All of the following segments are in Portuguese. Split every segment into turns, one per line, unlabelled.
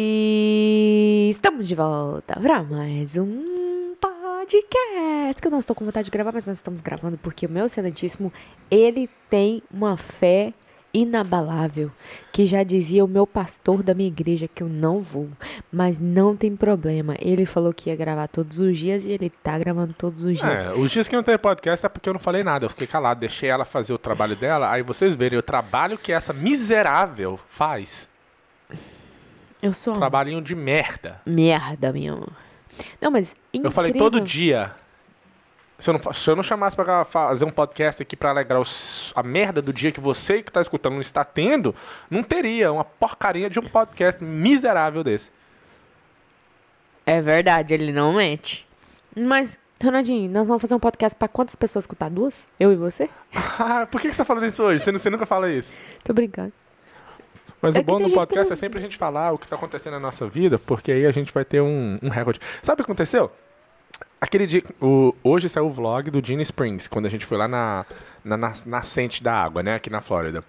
E estamos de volta para mais um podcast. Que eu não estou com vontade de gravar, mas nós estamos gravando porque o meu excelentíssimo, ele tem uma fé inabalável, que já dizia o meu pastor da minha igreja que eu não vou, mas não tem problema. Ele falou que ia gravar todos os dias e ele tá gravando todos os dias.
É, os dias que não teve podcast é porque eu não falei nada, eu fiquei calado, deixei ela fazer o trabalho dela, aí vocês verem o trabalho que essa miserável faz.
Eu sou uma
Trabalhinho de merda.
merda mesmo. Não, mas incrível.
Eu falei todo dia. Se eu não, fa- se eu não chamasse pra gra- fazer um podcast aqui pra alegrar os- a merda do dia que você que tá escutando não está tendo, não teria uma porcaria de um podcast miserável desse.
É verdade, ele não mente. Mas, Ronaldinho, nós vamos fazer um podcast pra quantas pessoas escutar? Duas? Eu e você?
Ah, Por que, que você tá falando isso hoje? Você, não- você nunca fala isso.
Tô brincando.
Mas
É
o
que
bom
tem
do
gente que
podcast
não-
é sempre a gente falar o que tá acontecendo na nossa vida, porque aí a gente vai ter um, um recorde. Sabe o que aconteceu? Aquele dia. o- hoje saiu o vlog do Gene Springs, quando a gente foi lá na, na, nas- nascente da água, né? Aqui na Flórida.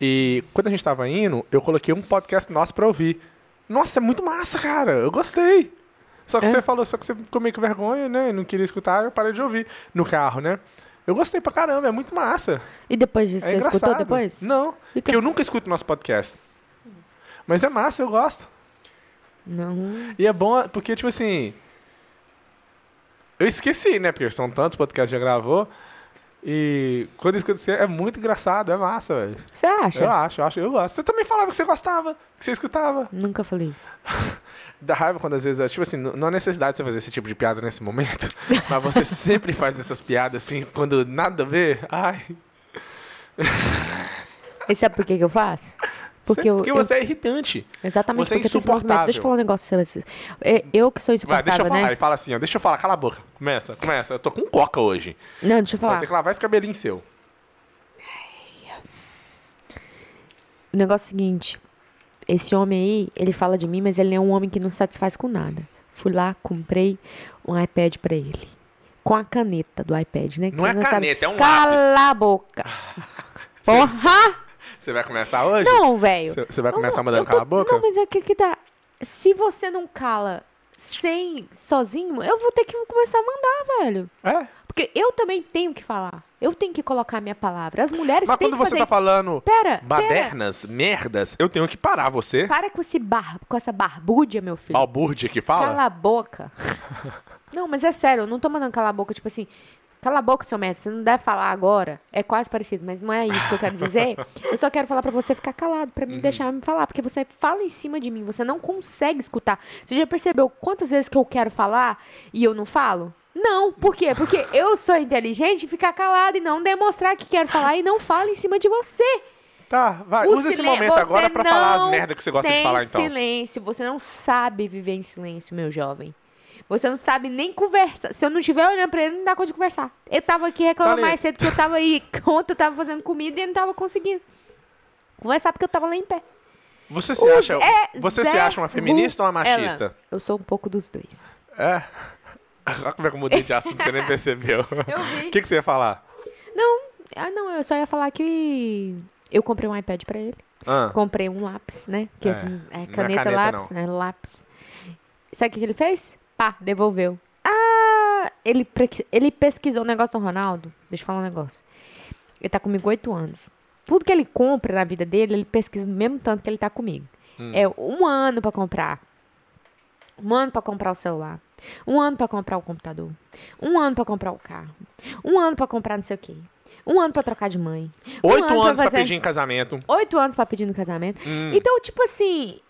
E quando a gente tava indo, eu coloquei um podcast nosso pra ouvir. Nossa, é muito massa, cara. Eu gostei. Só que
É?
você falou, só que você ficou meio com vergonha, né? e Não queria escutar, eu parei de ouvir no carro, né? Eu gostei pra caramba, é muito massa.
E depois disso,
É
você
engraçado.
escutou depois? Então.
Não, porque eu nunca escuto nosso podcast. Mas é massa, eu gosto.
Não.
E é bom porque, tipo assim... Eu esqueci, né? Porque são tantos podcasts que já gravou. E quando eu escuto você, é muito engraçado, é massa, velho.
Você acha?
Eu acho, eu acho, eu gosto. Você também falava que você gostava, que você escutava.
Nunca falei isso.
Dá raiva quando às vezes, é, tipo assim, n- não há necessidade de você fazer esse tipo de piada nesse momento, mas você sempre faz essas piadas assim, quando nada a ver. Ai,
E sabe por que, que eu faço? Porque,
sempre-
eu,
porque
eu-
você é irritante.
Exatamente,
você é
porque eu tenho esse movimento. Deixa eu falar um negócio pra vocês. É, Eu que sou
Vai, deixa eu
insuportável,
falar.
né?
E fala assim, ó. Deixa eu falar, cala a boca. Começa, começa. Eu tô com coca hoje.
Não, deixa eu
Vai
falar.
ter que lavar esse cabelinho seu.
O negócio é o seguinte. Esse homem aí, ele fala de mim, mas ele é um homem que não satisfaz com nada. Fui lá, comprei um iPad pra ele. Com a caneta do iPad, né?
Não é
Quem sabe-
caneta, é um lápis.
Cala a boca. Porra!
Você vai começar hoje?
Não, velho.
Você você vai
Não,
começar
não,
mandando
eu tô-
calar a boca?
Não, mas é que que dá. Se você não cala sem, sozinho, eu vou ter que começar a mandar, velho.
É.
Porque eu também tenho que falar. Eu tenho que colocar a minha palavra. As mulheres
Mas
têm que
quando você
fazer
tá
isso.
falando
Pera, pera.
badernas, merdas, eu tenho que parar você.
Para com, esse bar... com essa barbúdia, meu filho.
Balbúrdia que fala.
Cala a boca. não, mas é sério, eu não tô mandando calar a boca, tipo assim. Cala a boca, seu médico, você não deve falar agora. É quase parecido, mas não é isso que eu quero dizer. Eu só quero falar pra você ficar calado, pra me deixar me falar, porque você fala em cima de mim, você não consegue escutar. Você já percebeu quantas vezes que eu quero falar e eu não falo? Não, por quê? Porque eu sou inteligente em ficar calado e não demonstrar que quero falar e não falo em cima de você.
Tá, vai.
O
Usa esse
silêncio-
momento agora
você
pra falar as
não
merdas que você gosta
tem
de falar, então.
silêncio, você não sabe viver em silêncio, meu jovem. Você não sabe nem conversar. Se eu não estiver olhando pra ele, não dá conta de conversar. Eu tava aqui reclamando
Thalita.
mais cedo que eu tava aí, ontem eu tava fazendo comida e eu não tava conseguindo. Conversar porque eu tava lá em pé.
Você se
Usa-
acha.
é
Você se
zero
acha uma feminista ou uma
ela.
machista?
Eu sou um pouco dos dois.
É. Olha como é que eu mudei de assunto, você nem percebeu.
Eu
O
vi.
que, que você ia falar?
Não, ah, não, eu só ia falar que eu comprei um iPad pra ele.
Ah,
Comprei um lápis, né? Que
É,
é,
não é
caneta,
caneta,
lápis,
não.
né? Lápis. Sabe o que que ele fez? Pá, devolveu. Ah! Ele, prequi- ele pesquisou um negócio do Ronaldo. Deixa eu falar um negócio. Ele tá comigo oito anos. Tudo que ele compra na vida dele, ele pesquisa do mesmo tanto que ele tá comigo.
Hum.
É um ano pra comprar. Um ano pra comprar o celular. Um ano pra comprar o computador. Um ano pra comprar o carro. Um ano pra comprar não sei o quê. Um ano pra trocar de mãe. Um
Oito
ano pra
anos pra
fazer-
pedir em casamento.
Oito anos pra pedir no casamento.
Hum.
Então, tipo assim.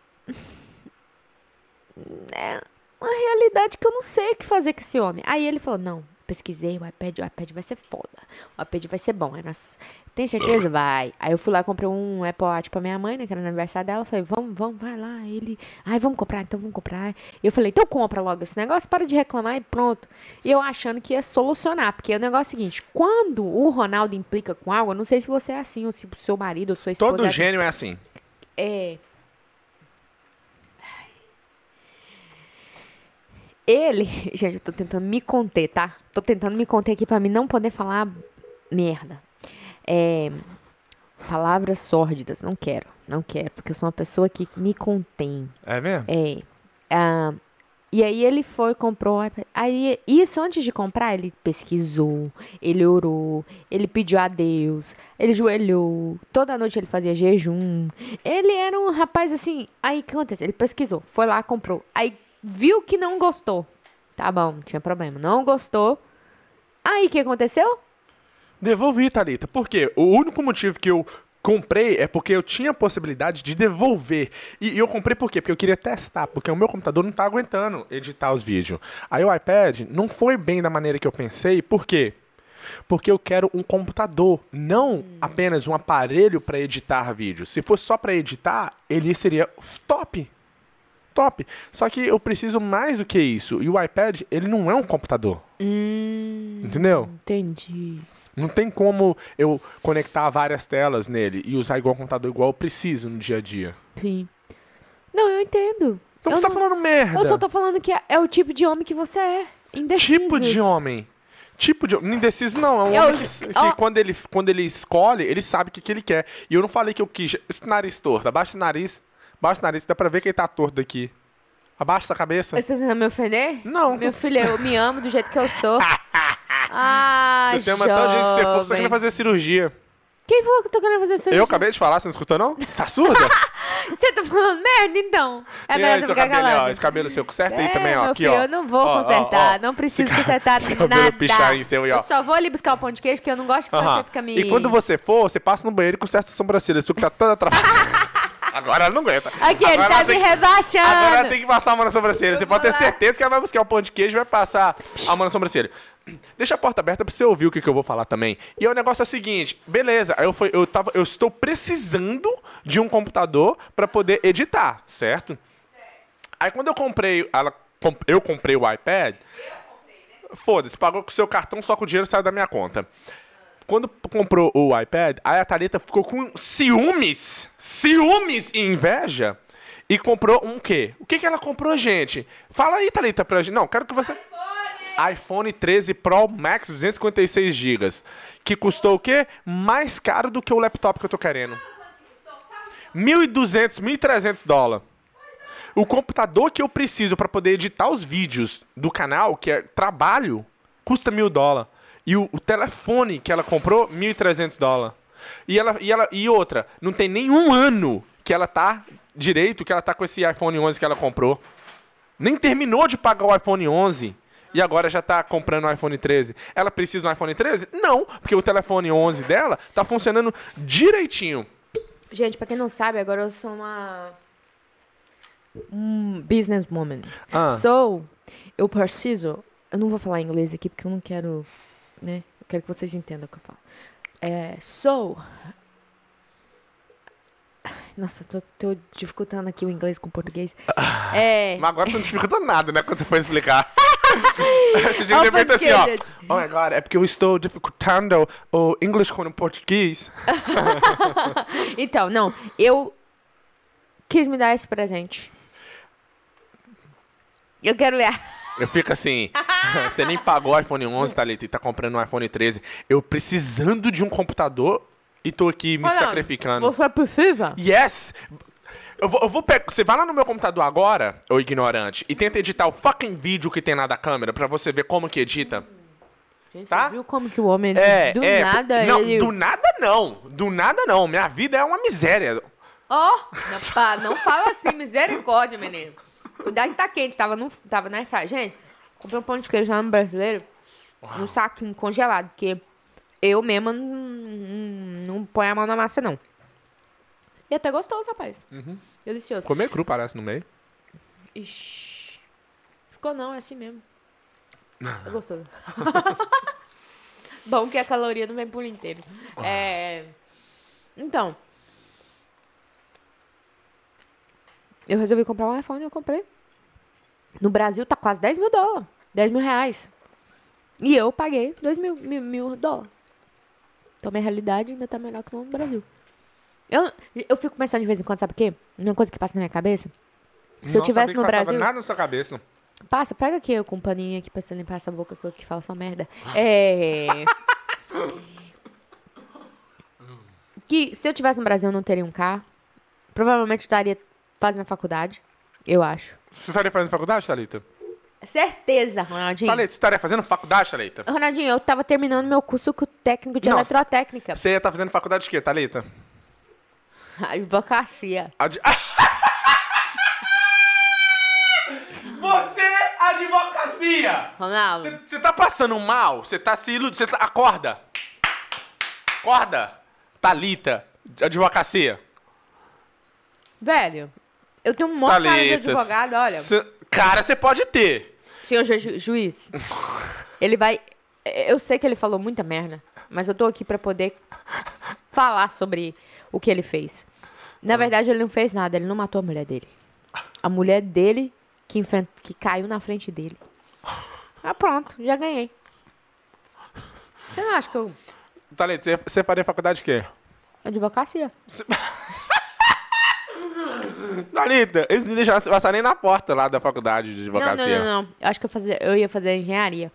É uma realidade que eu não sei o que fazer com esse homem. Aí ele falou: não, pesquisei o iPad, o iPad vai ser foda. O iPad vai ser bom. Aí nós, tem certeza? Vai. Aí eu fui lá, comprei um Apple Watch pra minha mãe, né? Que era no aniversário dela. Eu Falei, vamos, vamos, vai lá. Aí Ele, ai, vamos comprar, então vamos comprar. Eu falei, então compra logo esse negócio, para de reclamar e pronto. E eu achando que ia solucionar, porque o negócio é o seguinte: quando o Ronaldo implica com algo, eu não sei se você é assim, ou se o seu marido ou sua esposa. é
Todo
assim.
gênio é assim.
É. Ele. Gente, eu tô tentando me conter, tá? Tô tentando me conter aqui pra mim não poder falar merda. É. Palavras sórdidas, não quero, não quero, porque eu sou uma pessoa que me contém.
É mesmo?
É. Ah, e aí ele foi, comprou um iPad. Aí, isso antes de comprar, ele pesquisou, ele orou, ele pediu a Deus, ele joelhou, toda noite ele fazia jejum. Ele era um rapaz assim. Aí o que acontece? Ele pesquisou, foi lá, comprou. Aí viu que não gostou. Tá bom, não tinha problema. Não gostou. Aí o que aconteceu?
Devolvi, Thalita. Por quê? O único motivo que eu comprei é porque eu tinha a possibilidade de devolver. E, e eu comprei por quê? Porque eu queria testar, porque o meu computador não tá aguentando editar os vídeos. Aí o iPad não foi bem da maneira que eu pensei, por quê? Porque eu quero um computador, não apenas um aparelho para editar vídeos. Se fosse só para editar, ele seria top. Top. Só que eu preciso mais do que isso. E o iPad, ele não é um computador.
Hum.
Entendeu?
Entendi.
Não tem como eu conectar várias telas nele e usar igual computador igual eu preciso no dia a dia.
Sim. Não, eu entendo.
Então
eu,
você tá
não-
falando merda.
eu só tô falando que é, é o tipo de homem que você é. Indeciso.
Tipo de homem. Tipo de homem. Indeciso não. É um
Eu-
homem que, que
ó.
quando, ele, quando ele escolhe, ele sabe o que, que ele quer. E eu não falei que eu quis. Esse nariz torto. Abaixa esse nariz. Abaixa o nariz. Dá pra ver que ele tá torto aqui. Abaixa essa cabeça.
Você tá tentando me ofender?
Não,
Meu
tô-
filho, eu me amo do jeito que eu sou. Ah,
Você se ama tão jeito que você for, você
jovem.
quer fazer cirurgia.
Quem falou que eu tô querendo fazer cirurgia?
Eu acabei de falar, você não escutou, não? Você tá surda?
Você tá falando merda, então? É
Tem aí
melhor você
seu
ficar
cabelo, ó,
calado.
esse cabelo seu, conserta
É,
aí também, ó.
meu
Aqui,
filho,
ó.
eu não vou
Ó, ó, ó.
consertar. Não preciso
Esse ca-
consertar
esse cabelo
nada.
pichar em seu aí, ó.
Eu só vou ali buscar o pão de queijo, porque eu não gosto que
Aham.
você fica me...
E quando você for, você passa no banheiro e conserta a sobrancelha. Sua que tá toda atrapalhada. agora ela não aguenta.
Aqui, ele
Agora
tá
ela
me
tem que-
rebaixando.
Agora ela tem que passar a mão na sobrancelha.
Eu
Você
vou
pode ter
lá.
certeza que ela vai buscar o pão de queijo e vai passar a mão na sobrancelha. Deixa a porta aberta pra você ouvir o que, que eu vou falar também. E aí o negócio é o seguinte: beleza, aí eu, fui- eu, tava, eu estou precisando de um computador pra poder editar, certo? Aí quando eu comprei, ela, comp- eu comprei o iPad.
né?
Foda-se, pagou com o seu cartão, só que o dinheiro saiu da minha conta. Quando p- comprou o iPad, aí a Thalita ficou com ciúmes, ciúmes e inveja, e comprou um quê? O que, que ela comprou, gente? Fala aí, Thalita, pra gente. Não, quero que você... iPhone 13 Pro Max, 256 GB, que custou o quê? Mais caro do que o laptop que eu tô querendo. 1.200, 1.300 dólares. O computador que eu preciso pra poder editar os vídeos do canal, que é trabalho, custa mil dólares. E o, o telefone que ela comprou, 1.300 dólares. E, ela, e, ela, e outra, não tem nenhum ano que ela tá direito, que ela tá com esse iPhone 11 que ela comprou. Nem terminou de pagar o iPhone 11 e agora já tá comprando o iPhone 13. Ela precisa do iPhone 13? Não, porque o telefone 11 dela tá funcionando direitinho.
Gente, pra quem não sabe, agora eu sou uma. Um businesswoman.
Ah.
So, eu preciso. Eu não vou falar inglês aqui porque eu não quero. Né? Eu quero que vocês entendam o que eu falo. É, so. Nossa, tô, tô dificultando aqui o inglês com o português.
Ah.
É.
Mas agora tu não dificulta nada, né? Quando você for explicar. Você tinha
Ó,
que ter feito
por
assim,
quê,
ó.
gente?
Oh my god, é porque eu estou dificultando o inglês com o português.
Então, não. Eu quis me dar esse presente. Eu quero ler.
Eu fico assim, você nem pagou o iPhone 11, Thalita, e tá comprando um iPhone 13. Eu precisando de um computador e tô aqui me
Olha,
sacrificando.
Você é precisa?
Yes! Eu vou, eu vou pegar. Você vai lá no meu computador agora, ô ignorante, e tenta editar o fucking vídeo que tem lá da câmera pra você ver como que edita.
Gente,
Tá?
Você viu como que o homem
É,
do
é,
nada
Não,
ele.
do nada não. Do nada não. Minha vida é uma miséria.
Ó! Não, pá, não fala assim, misericórdia, menino. Cuidado que tá quente, tava, no, tava na airfryer. Gente, comprei um pão de queijo lá no brasileiro, num saquinho congelado, porque eu mesma não, não, não ponho a mão na massa, não. E é até gostoso, rapaz.
Uhum.
Delicioso.
Ficou meio cru, parece, no meio.
Ixi. Ficou não, é assim mesmo. É gostoso. Bom que a caloria não vem por inteiro. É... Então. Eu resolvi comprar um iPhone e eu comprei. No Brasil tá quase 10 mil dólares. 10 mil reais. E eu paguei 2 mil, mil, mil dólares. Então minha realidade ainda tá melhor que no Brasil. Eu, eu fico pensando de vez em quando, sabe o quê? Uma coisa que passa na minha cabeça. Se eu
Não
tivesse
sabia que
no
passava
Brasil-
nada na sua cabeça.
Passa, pega aqui a companhia aqui pra você limpar essa boca sua que fala só merda. É. Que se eu tivesse no Brasil, eu não teria um carro. Provavelmente eu estaria fazendo a faculdade, eu acho.
Você estaria fazendo faculdade, Thalita?
Certeza, Ronaldinho.
Thalita, você estaria fazendo faculdade, Thalita?
Ronaldinho, eu tava terminando meu curso co- técnico de
Não.
eletrotécnica.
Você ia estar fazendo faculdade de quê, Thalita?
Advocacia.
Ad- Você, advocacia!
Ronaldo.
Você tá passando mal? Você tá se iludindo? Você tá... Acorda! Acorda! Thalita, advocacia.
Velho, eu tenho um monte
Thalita.
cara de advogado, olha.
cê- Cara, você pode ter.
Senhor ju- juiz, ele vai. Eu sei que ele falou muita merda, mas eu tô aqui pra poder falar sobre o que ele fez. Na
Ah.
verdade, ele não fez nada, ele não matou a mulher dele. A mulher dele que, enfren- que caiu na frente dele. Ah, pronto, já ganhei. Você não acha que eu.
Thalita, você faria faculdade de quê?
Advocacia?
Thalita, eles não deixaram você passar nem na porta lá da faculdade de
Não, não,
advocacia.
não, não. Eu acho que eu, fazia- eu ia fazer engenharia.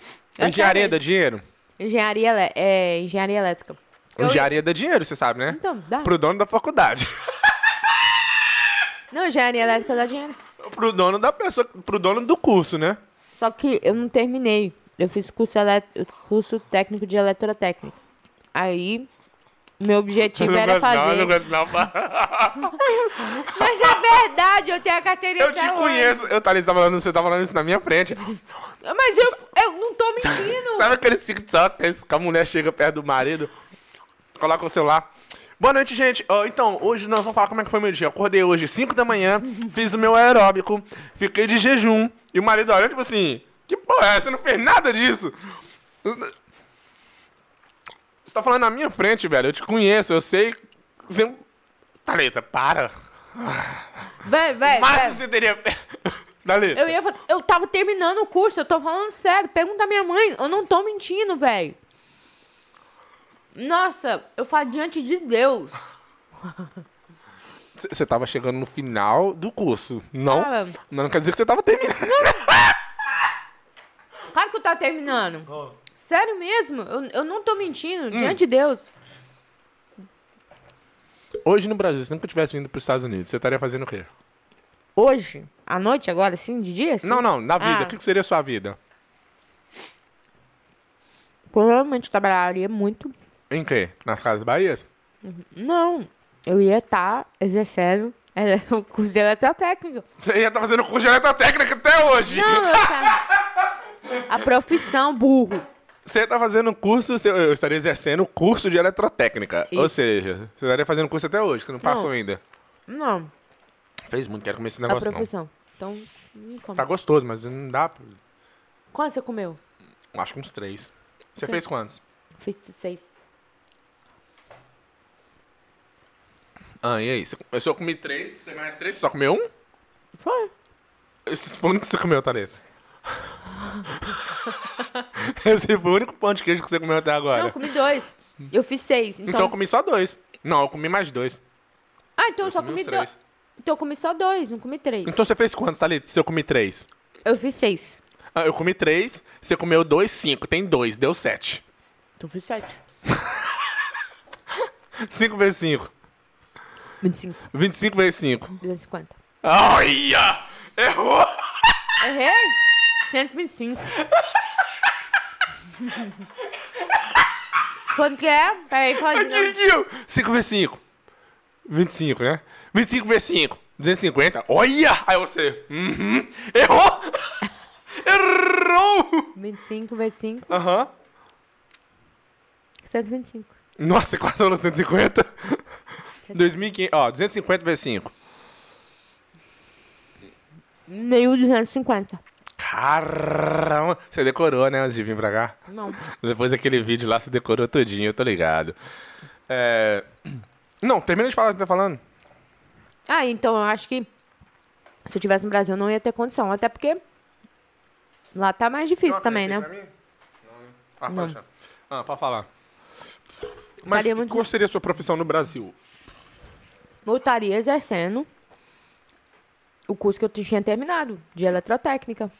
Eu acho que
Engenharia
eu-
dá dinheiro?
Engenharia, elé- é, engenharia elétrica. Eu-
Engenharia dá dinheiro, você sabe, né?
Então, dá.
Pro dono da faculdade.
Não, engenharia elétrica dá dinheiro.
pro dono da pessoa, pro dono do curso, né?
Só que eu não terminei. Eu fiz curso, elet... curso técnico de eletrotécnica. Aí, meu objetivo era fazer. Mas é verdade, eu um tenho a carteirinha
Eu
até
te
hoje.
conheço. Eu, Thalita, tava falando, você tá falando isso na minha frente.
Mas eu, eu não tô mentindo.
Sabe aquele Secret Soccer que a mulher chega perto do marido, coloca o celular. Boa noite, gente. Ó, então, hoje nós vamos falar como é que foi meu dia. Eu acordei hoje, 5 da manhã, fiz o meu aeróbico, fiquei de jejum. E o marido olha, tipo assim, que porra é essa? Você não fez nada disso? Você tá falando na minha frente, velho. Eu te conheço, eu sei... Você... Thalita, para.
Vai, vai,
O máximo que
vai.
você teria... Thalita.
É, Eu, ia, fa- eu tava terminando o curso, eu tô falando sério. Pergunta à minha mãe, eu não tô mentindo, velho. Nossa, eu falo diante de Deus.
C- Você tava chegando no final do curso. Não,
Cara.
mas não quer dizer que você tava terminando.
Claro que eu tava terminando. Sério mesmo, eu, eu não tô mentindo,
Hum.
diante de Deus.
Hoje no Brasil, se nunca tivesse vindo pros Estados Unidos, você estaria fazendo o quê?
Hoje, à noite, agora, assim, de dia? Assim,
Não, não, na vida.
Ah.
O que que seria a sua vida?
Provavelmente eu trabalharia muito.
Em quê? Nas Casas Bahias?
Não, eu ia estar exercendo é, o curso de eletrotécnica.
Você ia estar fazendo curso de eletrotécnica até hoje.
Não, eu tá... A profissão, burro.
Você ia estar fazendo curso, você- eu estaria exercendo o curso de eletrotécnica. Ou
Isso.
seja, você estaria fazendo curso até hoje, você não passou ainda.
Não,
Fez muito, quero comer esse
a
negócio não.
profissão. Então, não come.
Tá gostoso, mas não dá. pra-
Quanto você comeu?
Acho que uns três. Você
Tem-
fez quantos?
Fiz seis.
Ah, e aí? Você- Eu só comi três, tem mais três, você só comeu um?
Foi.
Esse foi o único que você comeu, Thalita. Esse foi o único pão de queijo que você comeu até agora.
Não, eu comi dois. Eu fiz seis. Então,
então... eu comi só dois. Não, eu comi mais dois.
ah, então eu só
comi
comi
os
dois.
três.
Então eu comi só dois, não comi três.
Então você fez quantos, Thalita? Se eu comi três.
Eu fiz seis.
Ah, eu comi três, você comeu dois, cinco. Tem dois, deu sete.
Então eu fiz sete.
Cinco vezes cinco.
25,
Vinte e cinco vezes cinco.
250.
Olha! Errou!
Errei! 125. Quanto que é? Peraí, fala de novo.
Conseguiu! Cinco vezes cinco. Vinte e cinco, né? Vinte e cinco vezes cinco. 250. Olha! Aí você. Uhum. Errou! Errou!
25 vezes 5,
Aham.
125.
Nossa, quase falou 150. 2.500, ó, 250 vezes 5.
Meio 250.
Caramba, você decorou, né, antes de vir pra cá?
Não.
Depois daquele vídeo lá, você decorou todinho, eu tô ligado. É... Não, termina de falar o que você tá falando.
Ah, então eu acho que se eu tivesse no Brasil eu não ia ter condição. Até porque lá tá mais difícil também, né?
Ah,
Não.
pode, ah, pode falar. Mas
Faria muito
qual seria a sua profissão no Brasil?
Eu estaria exercendo o curso que eu tinha terminado, de eletrotécnica.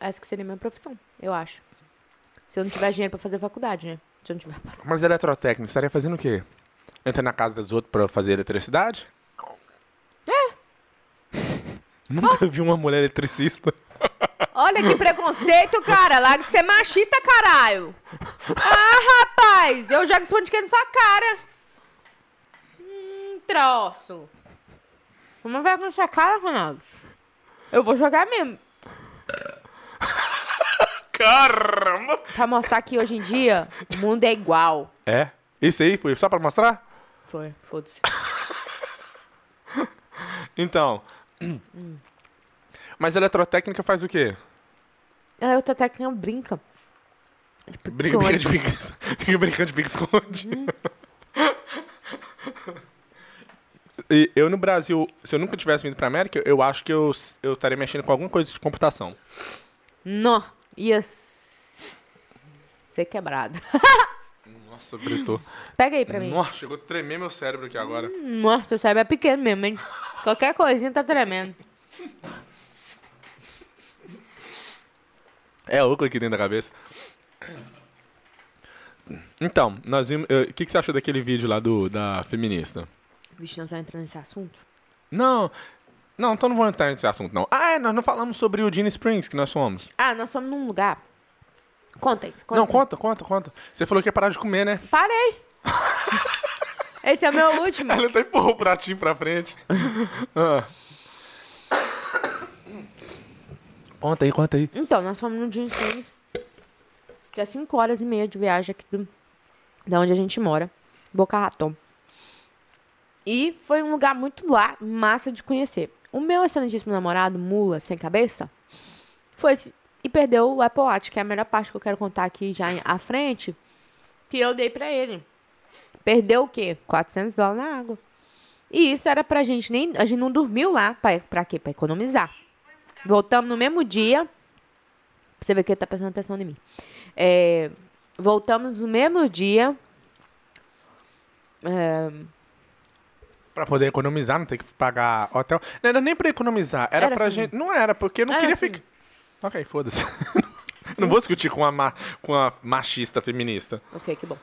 Essa que seria a minha profissão, eu acho. Se eu não tiver dinheiro pra fazer faculdade, né? de onde vai passar.
Mas eletrotécnico, estaria fazendo o quê? Entra na casa dos outros pra fazer eletricidade? É. Nunca vi uma mulher eletricista.
Olha que preconceito, cara. Larga de ser machista, caralho. Ah, rapaz, eu jogo esse monte de queijo na sua cara. Hum, troço. Como vai com sua cara, Ronaldo? Eu vou jogar mesmo.
Caramba!
Pra mostrar que hoje em dia o mundo é igual.
É? Isso aí foi só pra mostrar?
Foi, foda-se.
Então. Mas eletrotécnica faz o quê?
Ah, Eu tô até que não brinca.
Briga, briga de pique. Fica brincando de pique-esconde. E eu no Brasil, se eu nunca tivesse vindo pra América, eu acho que eu, eu estaria mexendo com alguma coisa de computação.
Nó, ia s- ser quebrado.
Nossa, Britô.
Pega aí pra mim.
Nossa, chegou a tremer meu cérebro aqui agora.
Nossa, o cérebro é pequeno mesmo, hein? Qualquer coisinha tá tremendo.
É oco aqui dentro da cabeça. Então, nós vimos. eh, O que, que você achou daquele vídeo lá do, da feminista?
Vixe, nós vamos entrar nesse assunto?
Não. Não, então não vou entrar nesse assunto, não. Ah, é, nós não falamos sobre o Gene Springs que nós fomos.
Ah, nós fomos num lugar. Conta aí. Conta
Não,
aí.
conta, conta, conta. Você falou que ia parar de comer, né?
Parei. Esse é o meu último.
Ela até empurrou o pratinho pra frente. Ah. Conta aí, conta aí.
Então, nós fomos no Jim Springs, que é 5 horas e meia de viagem aqui do, da onde a gente mora, Boca Raton. E foi um lugar muito lá, massa de conhecer. O meu excelentíssimo namorado, Mula, sem cabeça, foi se- e perdeu o Apple Watch, que é a melhor parte que eu quero contar aqui já em- à frente, que eu dei pra ele. Perdeu o quê? 400 dólares na água. E isso era pra gente, nem, a gente não dormiu lá, pra, pra quê? Pra economizar. Voltamos no mesmo dia, Pra Você vê que ele tá prestando atenção em mim. É, voltamos no mesmo dia. É,
Pra poder economizar, não ter que pagar hotel. Não era nem pra economizar, era,
Era
pra
assim.
gente. Não era, porque eu não
Era
queria
assim.
ficar. Ok, foda-se. não vou discutir com a, ma... com a machista feminista.
ok, que bom.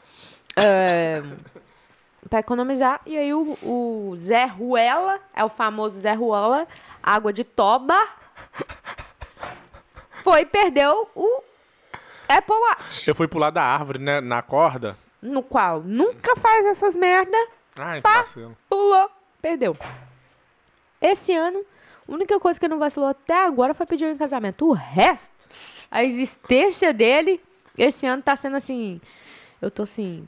É, pra economizar. E aí o, o Zé Ruela, é o famoso Zé Ruela, água de toba, foi e perdeu o Apple Watch.
Eu fui pular da árvore, né? Na corda.
No qual nunca faz essas merda.
Ai, que vacilo.
Pulou, perdeu. Esse ano, a única coisa que ele não vacilou até agora foi pedir em casamento. O resto, a existência dele, esse ano tá sendo assim. Eu tô assim.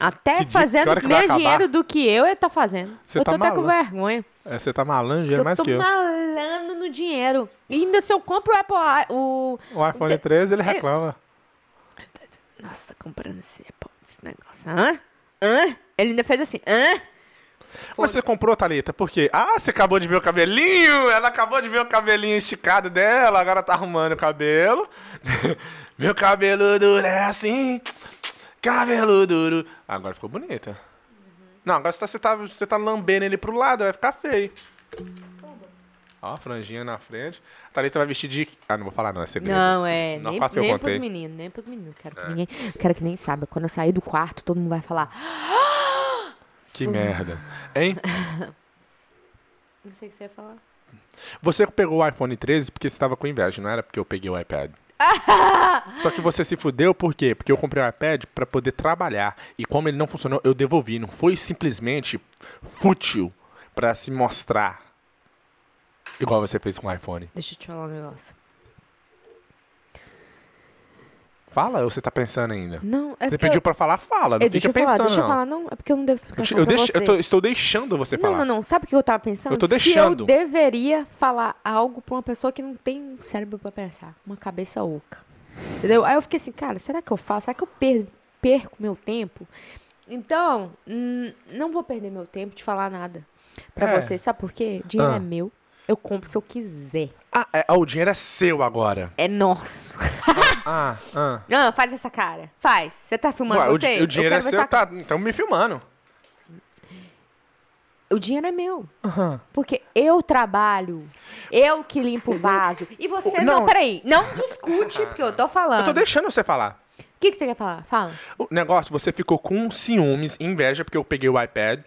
Até
Que dia- que hora
fazendo
que vai
mais
acabar?
dinheiro do que eu, ele tá fazendo.
Você
eu
tá
tô até com
maluco.
vergonha.
É, Você tá malange, é
Eu
mais
tô
que eu.
malando no dinheiro. E ainda se eu compro o Apple. Wa- O...
O iPhone
De-
13, ele reclama.
Nossa, tá comprando esse Apple, esse negócio. Hã? Hã? Ele ainda fez assim. Hã?
Mas você comprou, Thalita, por quê? Ah, você acabou de ver o cabelinho! Ela acabou de ver o cabelinho esticado dela, agora tá arrumando o cabelo. Meu cabelo duro é assim. Cabelo duro. Agora ficou bonita. Não, agora você tá, você, tá, você tá lambendo ele pro lado, vai ficar feio. Ó, a franjinha na frente. A Thalita vai vestir de. Ah, não vou falar, não, é segredo.
Não, é.
Não,
nem
quase eu
nem
contei.
pros meninos, nem pros meninos. Quero, que ninguém, quero que nem saiba. Quando eu sair do quarto, todo mundo vai falar. "Ah,
Que merda. Hein?
Não sei o que você ia falar.
Você pegou o iPhone 13 porque você tava com inveja, não era porque eu peguei o iPad. Só que você se fudeu por quê? Porque eu comprei o iPad pra poder trabalhar. E como ele não funcionou, eu devolvi. Não foi simplesmente fútil pra se mostrar. Igual você fez com o iPhone.
Deixa eu te falar um negócio.
Fala ou você tá pensando ainda?
Não, é
Você
porque.
pediu pra falar, fala. Não
eu, é, deixa
fica
eu falar,
pensando,
deixa eu
não.
falar. Não, é porque eu não devo explicar
Eu, deixo-
você.
eu tô- estou deixando você falar.
Não, não, não. Sabe o que eu tava pensando?
Eu tô
Se
deixando.
eu deveria falar algo pra uma pessoa que não tem um cérebro pra pensar. Uma cabeça oca. Entendeu? Aí eu fiquei assim, cara, será que eu faço? Será que eu perco, perco meu tempo? Então, hum, não vou perder meu tempo de falar nada pra
É.
vocês. Sabe por quê? Dinheiro
Ah.
é meu. Eu compro se eu quiser.
Ah, é, ah, o dinheiro é seu agora.
É nosso.
ah, ah.
Não, faz essa cara. Faz. Você tá filmando
Ué, o,
você?
di- o dinheiro
eu
é
quero ver
seu,
sua
tá? Então me filmando.
O dinheiro é meu.
Aham.
Porque eu trabalho. Eu que limpo Uhum. o vaso. E você não,
Não. Ah.
peraí. Não discute, porque eu tô falando.
Eu tô deixando você falar.
que, que você quer falar? Fala.
O negócio, você ficou com ciúmes, inveja, porque eu peguei o iPad.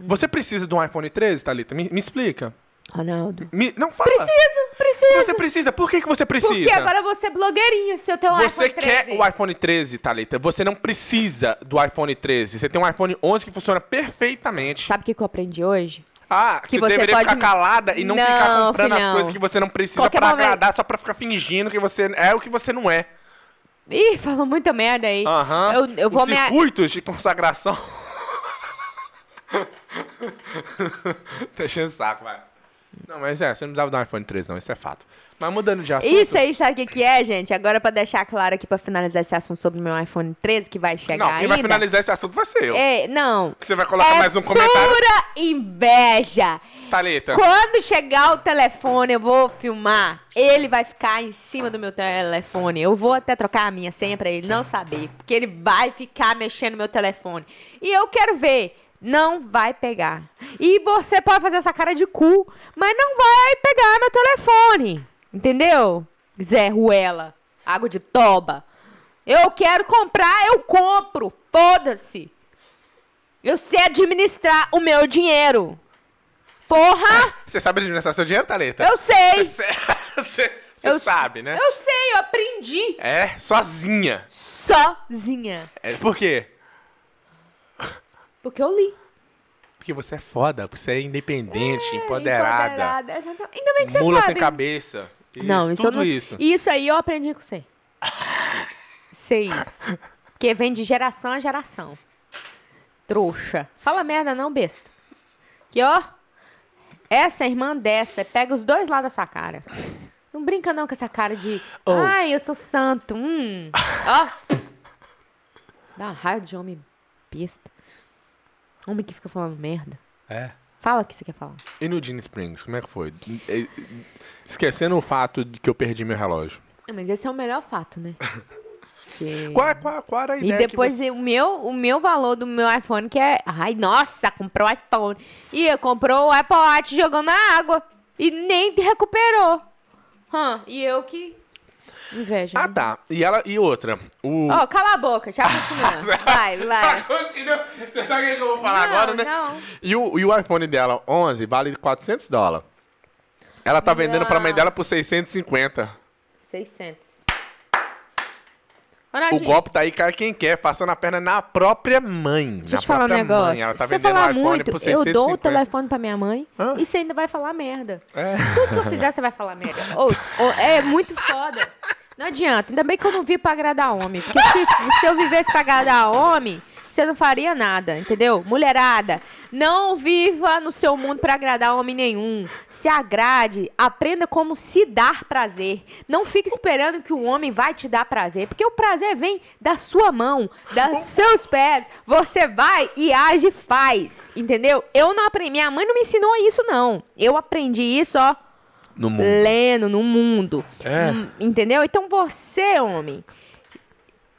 Você precisa de um iPhone 13, Thalita? Me, me explica.
Ronaldo.
Me- não fala.
Preciso, preciso.
Você precisa. Por que, que você precisa?
Porque agora você é blogueirinha, se eu tenho um
Você
iPhone 13.
quer o iPhone 13, Thalita. Você não precisa do iPhone 13. Você tem um iPhone 11 que funciona perfeitamente.
Sabe o que, que eu aprendi hoje?
Ah,
Que
que
você
você deveria
pode-
ficar calada e não,
Não,
ficar comprando
filhão.
as coisas que você não precisa
Qualquer
pra
momento-
agradar, só pra ficar fingindo que você é o que você não é.
Ih, falou muita merda aí.
Aham.
Eu, eu vou
Os
me.
circuitos de consagração. tá enchendo o saco, vai. Não, mas é, você não precisava dar um iPhone 13, não, isso é fato. Mas mudando de assunto.
Isso aí, sabe o que, que é, gente? Agora, pra deixar claro aqui, pra finalizar esse assunto sobre o meu iPhone 13, que vai chegar
Não, quem
ainda.
vai finalizar esse assunto vai ser eu.
É, não.
Que você vai colocar
é
mais um comentário.
pura inveja.
Thalita.
Quando chegar o telefone, eu vou filmar. Ele vai ficar em cima do meu telefone. Eu vou até trocar a minha senha pra ele não saber. Porque ele vai ficar mexendo no meu telefone. E eu quero ver. Não vai pegar. E você pode fazer essa cara de cu, mas não vai pegar meu telefone. Entendeu? Zé Ruela. Água de toba. Eu quero comprar, eu compro. Foda-se. Eu sei administrar o meu dinheiro. Porra!
Você sabe administrar seu dinheiro, Thalita?
Eu sei!
Você, você- você
eu
sabe, né?
Eu sei, eu aprendi
É, sozinha.
sozinha.
É, por quê?
Porque eu li.
Porque você é foda, porque você é independente, empoderada.
Empoderada, exatamente. Ainda bem que você
mula
sabe. né?
sem cabeça. Isso,
não, isso eu
tudo
não...
isso.
Isso aí eu aprendi com você. Sei isso. Porque vem de geração a geração. Trouxa. Fala merda não, besta. Que ó, essa é irmã dessa pega os dois lados da sua cara. Não brinca não com essa cara de,
Oh.
ai, eu sou santo, hum. Ó. Dá uma raiva de homem besta. Homem que fica falando merda.
É.
Fala o que você quer falar.
E no Gene Springs, como é que foi? E- e- Esquecendo o fato de que eu perdi meu relógio.
Ah, Mas esse é o melhor fato, né? Porque-
Qual, é- qual, qual era a
E
ideia? que
depois o, meu, o meu valor do meu iPhone que é. Ai, nossa, comprou o iPhone. E eu comprou o Apple Watch jogou na água. E nem te recuperou. Hã, e eu que.
você-
Inveja.
Ah,
né?
tá. E, ela, e outra. O...
Ó, cala a boca, já continuando. Vai, vai.
Continua. Você sabe o que eu vou falar
Não,
agora, né?
não.
E o, e o iPhone dela, 11, vale 400 dólares. Ela tá vendendo pra mãe
Não.
dela por 650.
600.
O
Ronaldinho,
golpe tá aí, cara, quem quer, passando a perna na própria mãe.
deixa eu
na
te falar um
própria
negócio.
Mãe. Ela tá
Se você
vendendo o
falar
iPhone
muito,
por 650.
eu dou o telefone pra minha mãe
Hã?
e você ainda vai falar merda.
É.
Tudo que eu fizer, você vai falar merda. Ou, ou- é muito foda. Não adianta. Ainda bem que eu não vi pra agradar homem. Porque se, se eu vivesse pra agradar homem, você não faria nada, entendeu? Mulherada, não viva no seu mundo pra agradar homem nenhum. Se agrade, aprenda como se dar prazer. Não fique esperando que o homem vai te dar prazer. Porque o prazer vem da sua mão, dos seus pés. Você vai e age e faz, entendeu? Eu não aprendi. Minha mãe não me ensinou isso, não. Eu aprendi isso, ó
No mundo.
lendo no mundo.
É.
Hum, Entendeu? Então você, homem,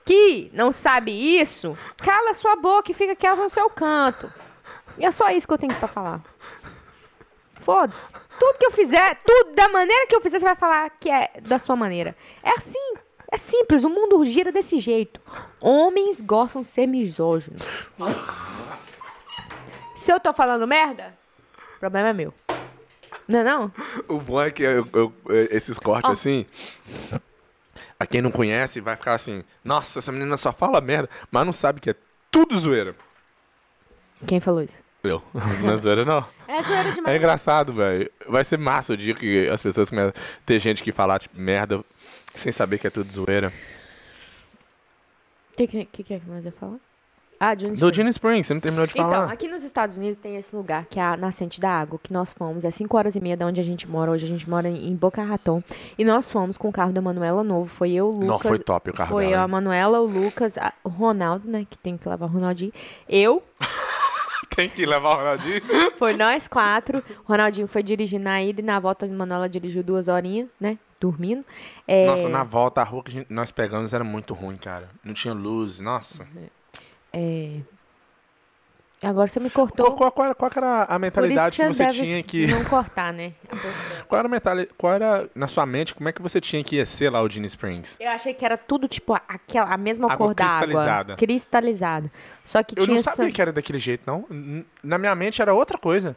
que não sabe isso, cala sua boca e fica quieto no seu canto. E é só isso que eu tenho pra falar. Foda-se. Tudo que eu fizer, tudo da maneira que eu fizer, você vai falar que é da sua maneira. É assim. É simples, o mundo gira desse jeito. Homens gostam de ser misóginos. Se eu tô falando merda, o problema é meu. Não é não?
O bom é que eu- eu- esses cortes
Ó.
assim. A quem não conhece vai ficar assim: Nossa, essa menina só fala merda, mas não sabe que é tudo zoeira.
Quem falou isso?
Eu. Não é zoeira, não.
É zoeira
É
demais.
engraçado, velho. Vai ser massa o dia que as pessoas começam a ter gente que falar tipo, merda sem saber que é tudo zoeira.
O que, que, que, que é que nós ia falar? Ah, de onde
Do
foi?
Gene Spring, você não terminou de falar.
Então, aqui nos Estados Unidos tem esse lugar que é a Nascente da Água, que nós fomos, é 5 horas e meia da onde a gente mora. Hoje a gente mora em em Boca Raton. E nós fomos com o carro da Manuela novo. Foi eu, o Lucas.
não, foi né? top o carro
Foi eu,
dela.
a
hein?
Manuela, o Lucas, a- o Ronaldo, né? Que tem que levar o Ronaldinho. Eu,
Tem que levar o Ronaldinho.
foi nós quatro. O Ronaldinho foi dirigindo na ida e na volta a Manuela dirigiu duas horinhas, né? Dormindo. É,
Nossa, na volta a rua que a gente- nós pegamos era muito ruim, cara. Não tinha luz, nossa.
Agora você me cortou.
Qual, qual- qual era, qual que era a
Então, Por isso
mentalidade
que
que
você,
você
deve
tinha que.
não cortar, né? a pessoa.
Qual era, a mentali- qual era na sua mente, como é que você tinha que ia ser lá o Gene Springs?
Eu achei que era tudo tipo a- aquela, a mesma
Água
cor da
cristalizada.
água. Cristalizada. Só que
Eu
tinha
não sabia
essa-
que era daquele jeito, não. N- Na minha mente era outra coisa.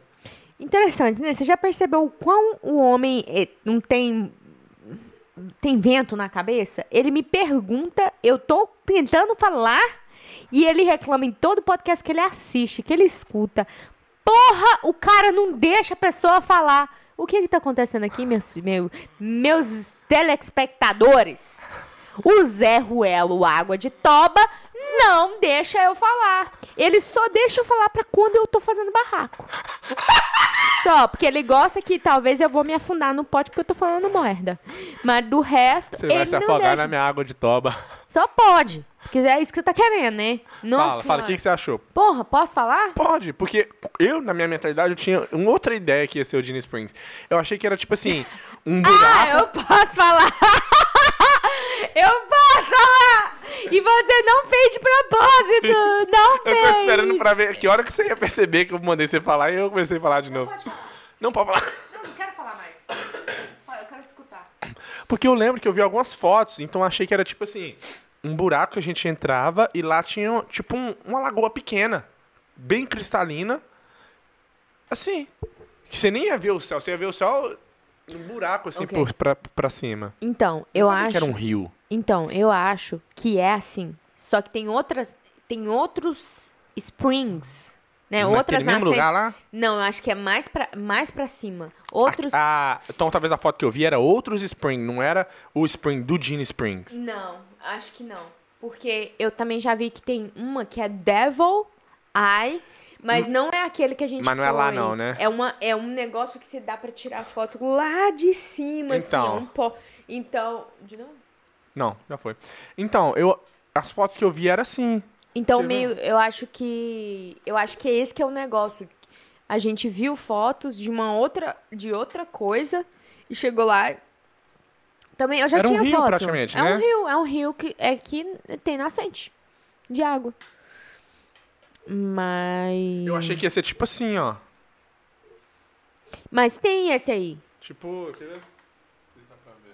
Interessante, né? Você já percebeu o quão o homem eh, não tem tem vento na cabeça? Ele me pergunta, eu tô tentando falar e ele reclama em todo podcast que ele assiste, que ele escuta. Porra, o cara não deixa a pessoa falar. O que que tá acontecendo aqui, meus, meu- meus telespectadores? O Zé Ruelo Água de Toba não deixa eu falar. Ele só deixa eu falar pra quando eu tô fazendo barraco. Só, porque ele gosta que talvez eu vou me afundar no pote porque eu tô falando merda. Mas do resto,
Você
ele
vai se
não
afogar
deixa.
na minha água de toba.
Só pode. Porque é isso que você tá querendo, né? Nossa,
fala, fala, o que,
senhora.
que você achou?
Porra, posso falar?
Pode, porque eu, na minha mentalidade, eu tinha uma outra ideia que ia ser o Gene Springs. Eu achei que era, tipo assim, um
Ah,
buraco.
eu posso falar! eu posso falar! E você não fez de propósito! Não
Eu
fez!
tô esperando pra ver que hora que você ia perceber que eu mandei você falar e eu comecei a falar de novo. Não pode falar.
Não, não quero falar mais. Eu quero escutar.
Porque eu lembro que eu vi algumas fotos, então eu achei que era tipo assim, um buraco que a gente entrava e lá tinha tipo um- uma lagoa pequena, bem cristalina. Assim. que Você nem ia ver o céu, você ia ver o céu um buraco assim
Ok.
por, pra, pra cima.
Então, eu
Sabia
acho.
que era um rio.
Então, eu acho que é assim. Só que tem outras. Tem outros springs. Né? Outras
Naquele mesmo lugar
nascentes.
lá?
Não, eu acho que é mais pra, mais pra cima. Outros.
Ah, então talvez a foto que eu vi era outros Spring, não era o Spring do Gene Springs.
Não, acho que não. Porque eu também já vi que tem uma que é Devil Eye, mas não é aquele que a gente
Hum. Mas não é lá
foi.
não, né?
É, uma, é um negócio que você dá pra tirar foto lá de cima,
Então.
assim, ó, um pó. Então, de novo?
Não, já foi. Então, eu as fotos que eu vi era assim.
Então,
Quer ver?
meio, eu acho que eu acho que esse que é o negócio. A gente viu fotos de uma outra de outra coisa e chegou lá também eu já
Era um
tinha
rio,
foto.
praticamente,
é
né?
um rio, é um rio que é que tem nascente de água. Mas
Eu achei que ia ser tipo assim, ó.
mas tem esse aí.
Tipo, quer ver? Se dá pra ver.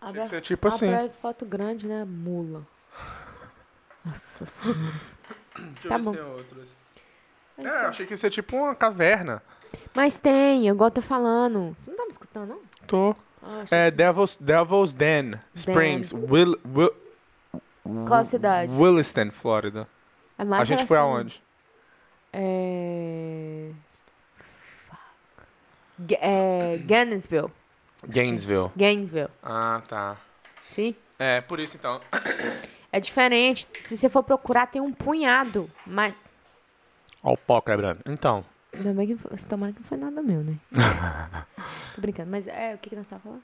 Tem
Abra, Tá
que ser tipo assim.
abra foto grande, né, mula. Nossa senhora.
Deixa eu
tá
ver se
bom.
tem outras.
É
É,
isso
eu
aí.
achei que ia ser tipo uma caverna.
Mas tem, igual eu tô falando. Você não tá me escutando, não?
Tô.
Ah, achei
É Devil's, Devil's Den, Springs, Will, Will,
que- Qual a cidade?
Williston, Flórida.
É
A
mais pra
gente foi
cima.
aonde?
É. Fuck. Ga- é... Gainesville.
Gainesville.
Gainesville.
Ah, tá.
Sim?
É, por isso então.
É diferente. Se você for procurar, tem um punhado. Mas.
Ó o pau quebrando. Então,
Ainda bem que. não foi- Tomara que não foi nada meu, né? Tô brincando. Mas é. O que, que nós tava falando?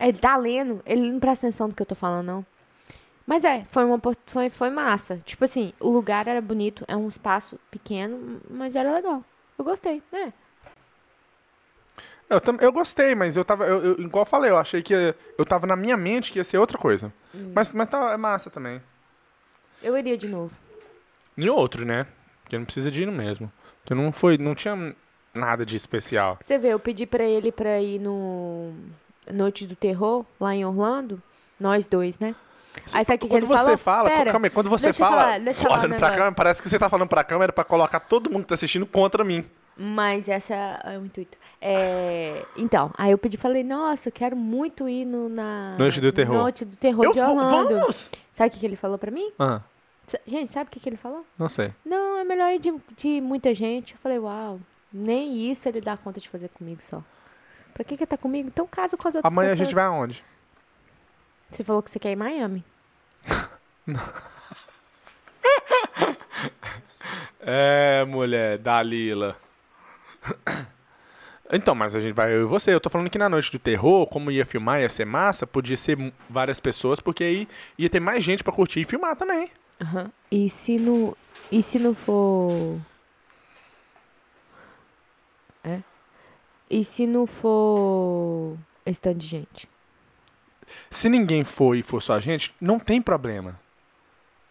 Ele tá lendo. Ele não presta atenção do que eu tô falando, não. Mas é, foi, uma, opor- foi, foi massa. Tipo assim, o lugar era bonito, é um espaço pequeno, mas era legal. Eu gostei, né?
eu, tam- eu gostei, mas eu tava, eu, eu- igual eu falei, eu achei que ia- eu tava na minha mente que ia ser outra coisa.
Hum.
Mas, mas tá, é massa também.
Eu iria de novo.
E outro, né? Porque não precisa de ir no mesmo. Então não foi, não tinha nada de especial.
Pra Você vê, eu pedi pra ele pra ir no Noite do Terror, lá em Orlando. Nós dois, né? Aí sabe o que, que
quando
ele
você
falou?
fala,
Pera,
calma aí, quando você
deixa eu
fala,
falar, deixa eu falar um
olhando pra
negócio.
câmera, parece que você tá falando pra câmera pra colocar todo mundo que tá assistindo contra mim.
Mas essa é o intuito. É, então, aí eu pedi, falei, nossa, eu quero muito ir no, na...
Noite do Terror.
Noite do Terror
eu
de
vou,
Orlando.
vamos!
Sabe o que, que ele falou pra mim?
Ah,
Sa- Gente, sabe o que, que ele falou?
não sei.
Não, é melhor ir de, de muita gente. Eu falei, uau, nem isso ele dá conta de fazer comigo só. Pra que que tá comigo? Então casa com as outras
Amanhã
pessoas.
a um- gente vai aonde?
Você falou que você quer ir em Miami.
É, mulher, Dalila. Então, mas a gente vai eu e você. Eu tô falando que na noite do terror, como ia filmar, ia ser massa, podia ser m- várias pessoas, porque aí ia ter mais gente pra curtir e filmar também.
Aham. E se não. E se não for. É? E se não for. Esse tanto de gente?
Se ninguém for e for só a gente, não tem problema.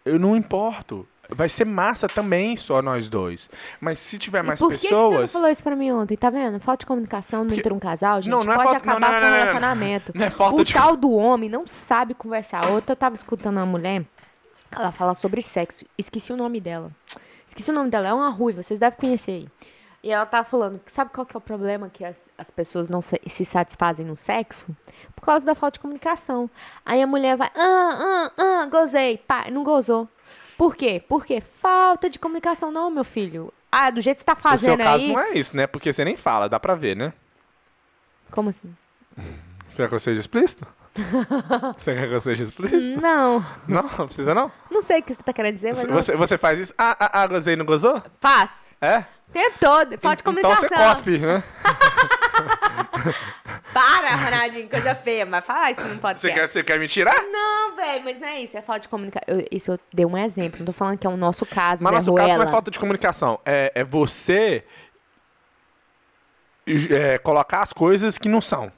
Eu não importo. Vai ser massa também, só nós dois. Mas se tiver mais
e por que, que você não
pessoas.
falou isso pra mim ontem? Tá vendo? Falta de comunicação
Porque-
entre um casal, gente,
Não, não é
pode
falta- não,
acabar
não,
com
não,
o
não, não.
relacionamento.
Não é falta
o
de-
tal do homem não sabe conversar. Outra, eu tava escutando uma mulher, ela fala sobre sexo. Esqueci o nome dela. Esqueci o nome dela, é uma ruiva, vocês devem conhecer aí. E ela tava falando, sabe qual que é o problema que as, as pessoas não se, se satisfazem no sexo? Por causa da falta de comunicação. Aí a mulher vai, ah, ah, ah, gozei, pá, não gozou. Por quê? Por quê? Falta de comunicação, não, meu filho. Ah, do jeito que você tá
o seu
fazendo
caso
aí.
não é isso, né? Porque você nem fala, dá pra ver, né?
Como assim?
Você quer que eu seja explícito? você quer que eu seja explícito?
Não,
Não, não precisa não.
Hum. não sei o que você tá querendo dizer, mas não.
Hum. Você, você faz isso. Ah, ah, ah, gozei, não gozou?
Faço.
É?
O tempo todo. Falta de
então
comunicação.
você cospe, né?
Para, Ronaldinho, coisa feia. Mas fala isso não pode
Você
ser.
quer, você quer me tirar?
Não, velho, mas não é isso. É falta de comunicação. isso eu dei um exemplo. Não tô falando que é o nosso caso,
Mas
Zé
nosso caso não é
Ruela.
falta de comunicação. É, é você ju- é, colocar as coisas que não são.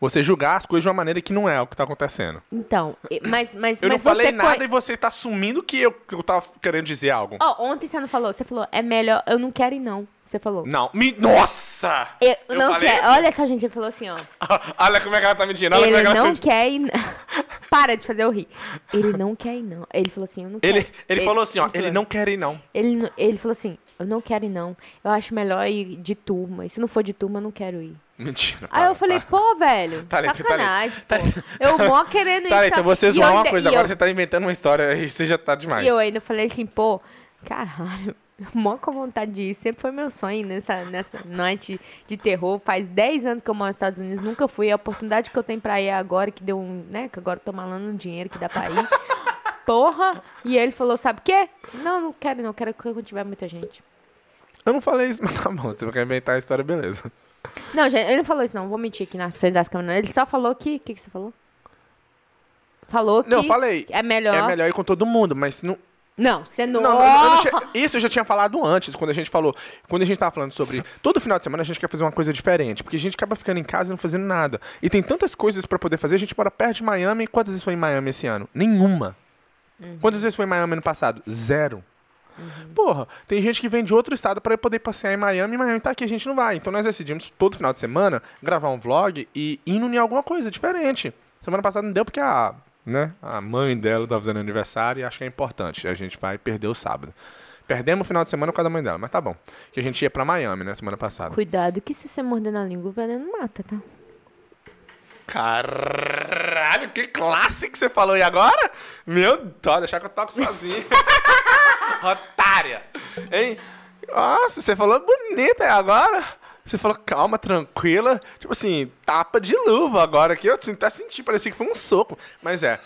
Você julgar as coisas de uma maneira que não é o que tá acontecendo.
Então, e- mas, mas,
Eu
mas
não falei
você
nada
coi-
e você tá assumindo que eu, que eu tava querendo dizer algo.
Ó, ontem você não falou. Você falou, é melhor, eu não quero ir não. Você falou.
Não. Me... Nossa!
Eu, não
falei
quero.
isso?
Olha só, gente, ele falou assim, ó.
Olha como é que ela tá mentindo. Olha como é que
ele
ela
não
tá
quer ir. Para de fazer eu rir. Ele não quer ir não. Ele falou assim, eu não quero.
Ele, ele falou assim, ó, ele
falou.
não quer ir não.
Ele, n- ele falou assim: Eu não quero ir, não. Eu acho melhor ir de turma. E se não for de turma, eu não quero ir.
Mentira.
Aí
para,
Ah, eu falei,
para.
pô, velho,
Thalita,
sacanagem,
Thalita,
pô. Eu mó querendo ir.
Tá, então
sabe?
você
E
zoar
eu
uma
ainda- e
coisa, agora
eu-
você tá inventando uma história e você já tá demais.
E eu ainda falei assim, pô, caralho, mó com vontade de ir. Sempre foi meu sonho nessa, nessa noite de terror. Faz 10 anos que eu moro nos Estados Unidos, nunca fui. A oportunidade que eu tenho pra ir agora, que deu um, né? Que agora eu tô malando um dinheiro que dá pra ir. Porra! E ele falou, sabe o quê? Não, não quero, não. Quero quando tiver muita gente.
Eu não falei isso, mas tá bom, você quer inventar a história, beleza.
Não, gente, ele não falou isso, não. Vou mentir aqui nas frente das câmeras. Ele só falou que. O que, que você falou? Falou que.
Não, eu falei.
É melhor.
É melhor ir com todo mundo, mas não.
Não, você não.
não, não, eu não tinha- isso eu já tinha falado antes, quando a gente falou. Quando a gente tava falando sobre. Todo final de semana a gente quer fazer uma coisa diferente, porque a gente acaba ficando em casa e não fazendo nada. E tem tantas coisas pra poder fazer. A gente mora perto de Miami. Quantas vezes foi em Miami esse ano? Nenhuma. Quantas vezes foi em Miami ano passado? Zero. Porra, tem gente que vem de outro estado pra poder passear em Miami e Miami tá aqui, a gente não vai. Então nós decidimos todo final de semana gravar um vlog e indo em alguma coisa diferente. Semana passada não deu porque a, né, a mãe dela tá fazendo aniversário e acho que é importante. A gente vai perder o sábado. Perdemos o final de semana por causa da mãe dela, mas tá bom. Que a gente ia pra Miami, né, semana passada.
Cuidado que se você morder na língua, o veneno mata, tá?
Caralho, que classe que você falou aí agora? Meu Deus, pode deixar que eu toco sozinho. Otária! Hein? Nossa, você falou bonita aí agora. Você falou calma, tranquila. Tipo assim, tapa de luva agora que eu assim, até senti, parecia que foi um soco. Mas é.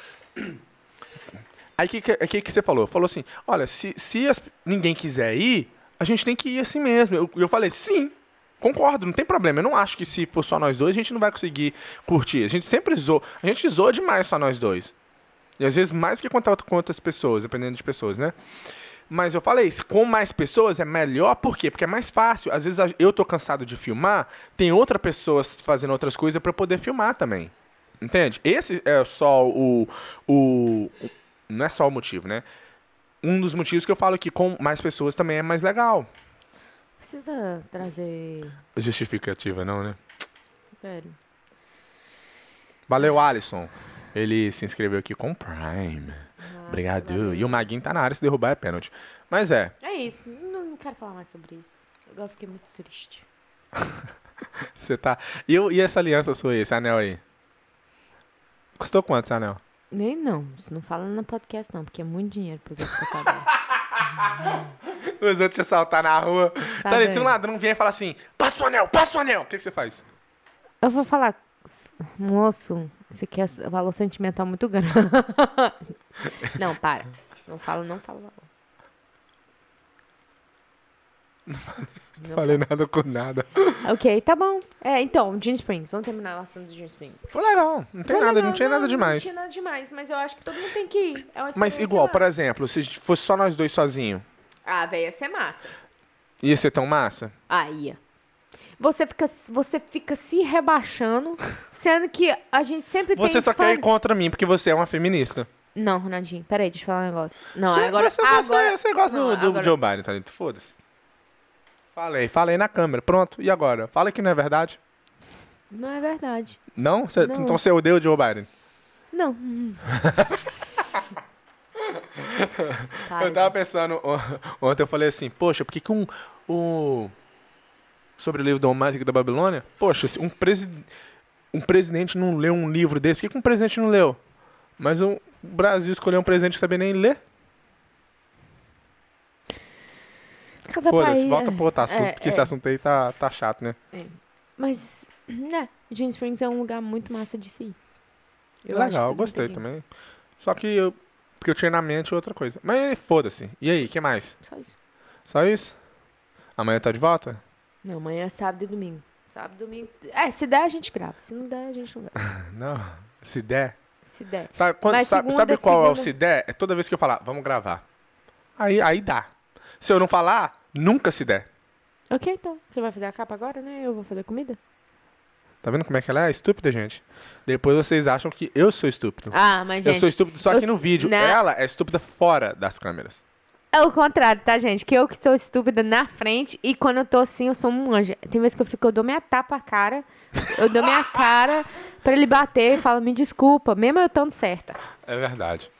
Aí o que, que, que, que você falou? Falou assim: olha, se, se as- ninguém quiser ir, a gente tem que ir assim mesmo. Eu, eu falei: sim, concordo, não tem problema. Eu não acho que se for só nós dois, a gente não vai conseguir curtir. A gente sempre zoa. A gente zoa demais só nós dois. E às vezes mais que contato com outras pessoas, dependendo de pessoas, né? Mas eu falei, se com mais pessoas é melhor, por quê? Porque é mais fácil. Às vezes a- eu tô cansado de filmar, tem outra pessoa fazendo outras coisas pra eu poder filmar também. Entende? Esse é só o, o, o- Não é só o motivo, né? Um dos motivos que eu falo que com mais pessoas também é mais legal.
Precisa trazer.
Justificativa, não, né?
Velho.
Valeu, Alisson. Ele se inscreveu aqui com o Prime. Obrigado. E o Maguinho tá na área, se derrubar é pênalti. Mas é,
É isso. Não, não quero falar mais sobre isso. Agora fiquei muito triste.
Você tá. E, eu- e essa aliança sua aí, esse anel aí? Custou quanto esse anel?
Nem não. Isso não fala no podcast, não, porque é muito dinheiro pros outros pra saber.
Os outros te assaltar na rua. Tá, ali,
bem.
se um ladrão vier e falar assim: passa o anel, passa o anel. O que, que você faz?
Eu vou falar. Moço, isso aqui é valor sentimental muito grande. não, para. Não falo, não falo valor. Não
Falei nada com nada.
Ok, tá bom. É, então, Jean Spring. Vamos terminar o assunto do Jean Spring.
Foi legal, "Ah, não tem nada, não tinha nada demais.
Não tinha nada demais, mas eu acho que todo mundo tem que ir. É uma
Mas
experiência
igual, por
massa.
exemplo, se fosse só nós dois sozinhos,
Ah, velho, ia ser massa.
ia ser tão massa?
Ah, ia. Você fica, você fica se rebaixando, sendo que a gente sempre
Você
tem
só quer
fan-
ir contra mim porque você é uma feminista.
Não, Ronaldinho, peraí, deixa eu falar um negócio. Não,
você,
agora.
Você, você-
agora...
você gosta
não,
do, do
agora-
Joe Biden, tá ligado? Foda-se. Falei, falei na câmera. Pronto, e agora? Fala que não é verdade.
Não é verdade.
Não? Cê-
Não.
Então você odeia o Joe Biden.
Não.
Eu tava pensando, o- ontem eu falei assim, poxa, por que que um, o... Sobre o livro Domática da Babilônia? Poxa, se um, presi, um presidente não leu um livro desse, por que que um presidente não leu? Mas o Brasil escolheu um presidente que sabia nem ler?
Cada
Foda-se,
país-
volta pro outro
é,
assunto, porque
é.
esse assunto aí tá, tá chato, né?
Mas, né, Gin Springs é um lugar muito massa de se ir. Eu acho
Legal, eu
tudo
gostei
muito
também. Só que eu, porque eu tinha na mente outra coisa. Mas foda-se. E aí, que mais?
Só isso.
Só isso? Amanhã tá de volta?
Não, amanhã é sábado e domingo. Sábado e domingo. É, se der, a gente grava. Se não der, a gente não grava.
Não, se der.
Se der.
Sabe, quando,
Mas
sabe,
segunda,
sabe qual é o
segunda-
se der? É toda vez que eu falar, vamos gravar. Aí, aí dá. Se eu não falar, nunca se der.
Ok, então. Você vai fazer a capa agora, né? Eu vou fazer comida.
Tá vendo como é que ela é? Estúpida, gente. Depois vocês acham que eu sou estúpido.
Ah, mas,
eu sou estúpido só
eu
aqui no
s-
vídeo.
né?
Ela é estúpida fora das câmeras.
É o contrário, tá, gente? Que eu que estou estúpida na frente e quando eu tô assim, eu sou um anjo. Tem vezes que eu fico, eu dou minha tapa à cara, eu dou minha cara pra ele bater e falo, me desculpa, mesmo eu estando certa.
É verdade.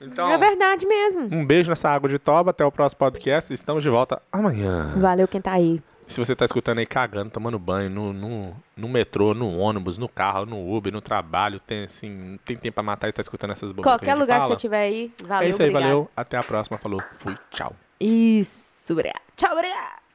Então,
É verdade mesmo.
um beijo nessa água de toba. Até o próximo podcast. Estamos de volta amanhã.
Valeu quem tá aí.
Se você tá escutando aí cagando, tomando banho, no, no, no metrô, no ônibus, no carro, no Uber, no trabalho, tem assim, tem tempo pra matar e tá escutando essas bobas.
Qualquer lugar que você tiver aí, valeu,
É isso aí,
obrigado.
valeu. Até a próxima. Falou, fui, tchau.
Isso, obrigado. Tchau, obrigado.